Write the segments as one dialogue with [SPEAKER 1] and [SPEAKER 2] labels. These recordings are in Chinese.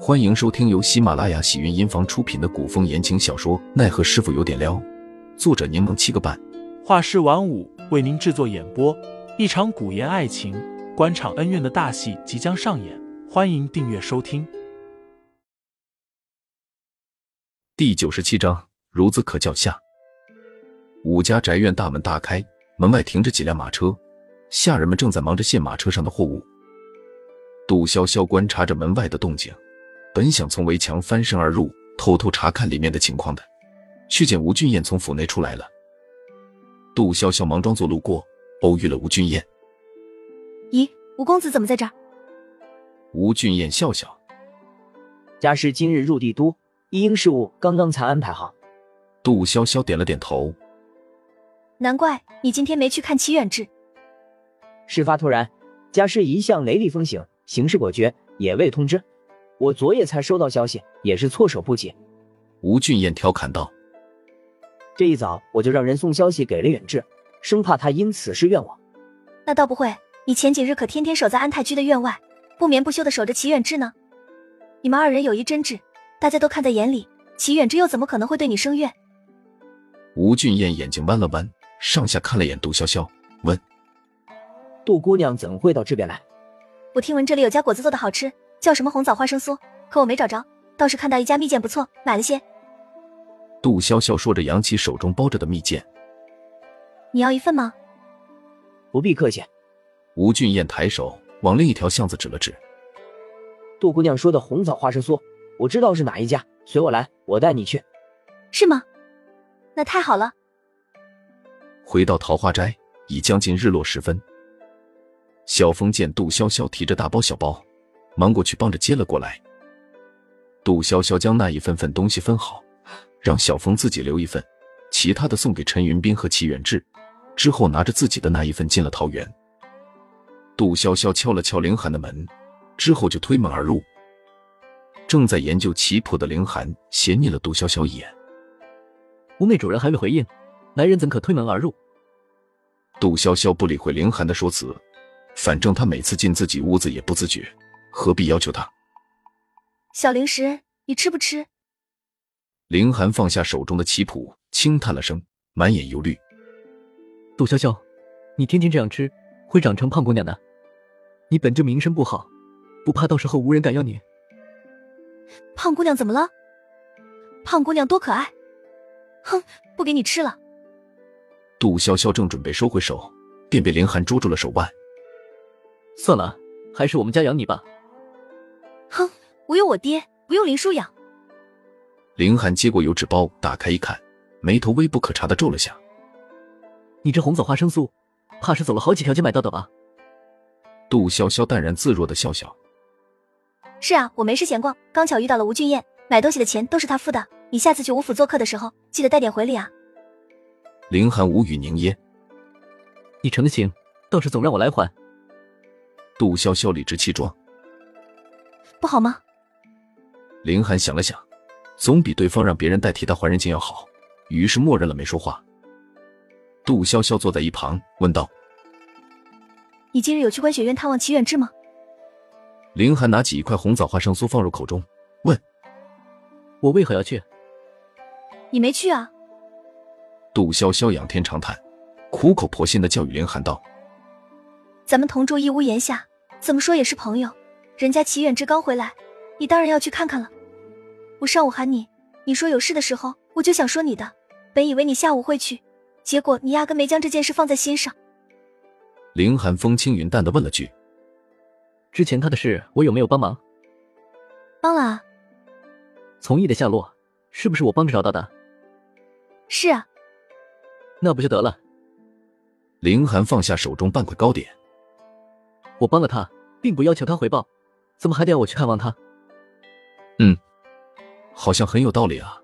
[SPEAKER 1] 欢迎收听由喜马拉雅喜云音房出品的古风言情小说《奈何师傅有点撩》，作者柠檬七个半，
[SPEAKER 2] 画师晚舞为您制作演播。一场古言爱情、官场恩怨的大戏即将上演，欢迎订阅收听。
[SPEAKER 1] 第九十七章，孺子可教下。武家宅院大门大开，门外停着几辆马车，下人们正在忙着卸马车上的货物。杜潇潇观察着门外的动静。本想从围墙翻身而入，偷偷查看里面的情况的，却见吴俊彦从府内出来了。杜潇潇忙装作路过，偶遇了吴俊彦。
[SPEAKER 3] 咦，吴公子怎么在这儿？
[SPEAKER 1] 吴俊彦笑笑，
[SPEAKER 4] 家师今日入帝都，一应事务刚刚才安排好。
[SPEAKER 1] 杜潇潇点了点头。
[SPEAKER 3] 难怪你今天没去看《七院志》。
[SPEAKER 4] 事发突然，家师一向雷厉风行，行事果决，也未通知。我昨夜才收到消息，也是措手不及。
[SPEAKER 1] 吴俊彦调侃道：“
[SPEAKER 4] 这一早我就让人送消息给了远志，生怕他因此事怨我。
[SPEAKER 3] 那倒不会，你前几日可天天守在安泰居的院外，不眠不休的守着齐远志呢。你们二人有一争执，大家都看在眼里，齐远志又怎么可能会对你生怨？”
[SPEAKER 1] 吴俊彦眼睛弯了弯，上下看了眼杜潇潇，问：“
[SPEAKER 4] 杜姑娘怎会到这边来？”
[SPEAKER 3] 我听闻这里有家果子做的好吃。叫什么红枣花生酥，可我没找着，倒是看到一家蜜饯不错，买了些。
[SPEAKER 1] 杜潇潇说着，扬起手中包着的蜜饯。
[SPEAKER 3] 你要一份吗？
[SPEAKER 4] 不必客气。
[SPEAKER 1] 吴俊彦抬手往另一条巷子指了指。
[SPEAKER 4] 杜姑娘说的红枣花生酥，我知道是哪一家，随我来，我带你去。
[SPEAKER 3] 是吗？那太好了。
[SPEAKER 1] 回到桃花斋，已将近日落时分。小峰见杜潇潇提着大包小包。忙过去帮着接了过来。杜潇潇将那一份份东西分好，让小峰自己留一份，其他的送给陈云斌和齐远志。之后拿着自己的那一份进了桃园。杜潇潇敲了敲凌寒的门，之后就推门而入。正在研究棋谱的凌寒斜睨了杜潇潇一眼。
[SPEAKER 5] 屋内主人还未回应，来人怎可推门而入？
[SPEAKER 1] 杜潇潇不理会凌寒的说辞，反正他每次进自己屋子也不自觉。何必要求他？
[SPEAKER 3] 小零食，你吃不吃？
[SPEAKER 1] 凌寒放下手中的棋谱，轻叹了声，满眼忧虑。
[SPEAKER 5] 杜潇潇，你天天这样吃，会长成胖姑娘的。你本就名声不好，不怕到时候无人敢要你？
[SPEAKER 3] 胖姑娘怎么了？胖姑娘多可爱！哼，不给你吃了。
[SPEAKER 1] 杜潇潇正准备收回手，便被凌寒捉住了手腕。
[SPEAKER 5] 算了，还是我们家养你吧。
[SPEAKER 3] 哼，我有我爹，不用林叔养。
[SPEAKER 1] 林寒接过油纸包，打开一看，眉头微不可察的皱了下。
[SPEAKER 5] 你这红枣花生酥，怕是走了好几条街买到的吧？
[SPEAKER 1] 杜潇潇淡然自若的笑笑。
[SPEAKER 3] 是啊，我没事闲逛，刚巧遇到了吴俊彦，买东西的钱都是他付的。你下次去吴府做客的时候，记得带点回礼啊。
[SPEAKER 1] 林寒无语凝噎。
[SPEAKER 5] 你成行，倒是总让我来还。
[SPEAKER 1] 杜潇潇理直气壮。
[SPEAKER 3] 不好吗？
[SPEAKER 1] 林寒想了想，总比对方让别人代替他还人情要好，于是默认了，没说话。杜潇潇坐在一旁问道：“
[SPEAKER 3] 你今日有去观雪院探望齐远志吗？”
[SPEAKER 1] 林寒拿起一块红枣花生酥放入口中，问：“
[SPEAKER 5] 我为何要去？”
[SPEAKER 3] 你没去啊？
[SPEAKER 1] 杜潇潇仰天长叹，苦口婆心的教育林寒道：“
[SPEAKER 3] 咱们同住一屋檐下，怎么说也是朋友。”人家齐远之刚回来，你当然要去看看了。我上午喊你，你说有事的时候，我就想说你的。本以为你下午会去，结果你压根没将这件事放在心上。
[SPEAKER 1] 凌寒风轻云淡的问了句：“
[SPEAKER 5] 之前他的事，我有没有帮忙？”“
[SPEAKER 3] 帮了啊。”“
[SPEAKER 5] 从义的下落，是不是我帮着找到的？”“
[SPEAKER 3] 是啊。”“
[SPEAKER 5] 那不就得了？”
[SPEAKER 1] 凌寒放下手中半块糕点：“
[SPEAKER 5] 我帮了他，并不要求他回报。”怎么还得要我去看望他？
[SPEAKER 1] 嗯，好像很有道理啊。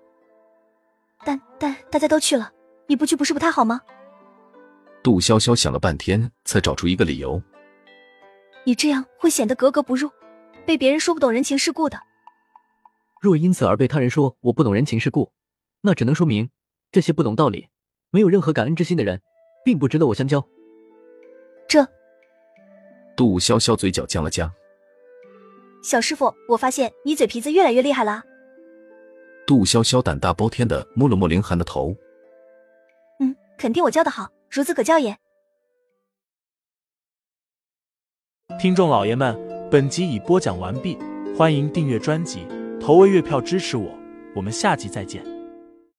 [SPEAKER 3] 但但大家都去了，你不去不是不太好吗？
[SPEAKER 1] 杜潇潇想了半天，才找出一个理由。
[SPEAKER 3] 你这样会显得格格不入，被别人说不懂人情世故的。
[SPEAKER 5] 若因此而被他人说我不懂人情世故，那只能说明这些不懂道理、没有任何感恩之心的人，并不值得我相交。
[SPEAKER 3] 这……
[SPEAKER 1] 杜潇潇嘴角僵了僵。
[SPEAKER 3] 小师傅，我发现你嘴皮子越来越厉害了啊。
[SPEAKER 1] 杜潇潇胆大包天的摸了摸凌寒的头，
[SPEAKER 3] 嗯，肯定我教的好，孺子可教也。
[SPEAKER 2] 听众老爷们，本集已播讲完毕，欢迎订阅专辑，投喂月票支持我，我们下集再见。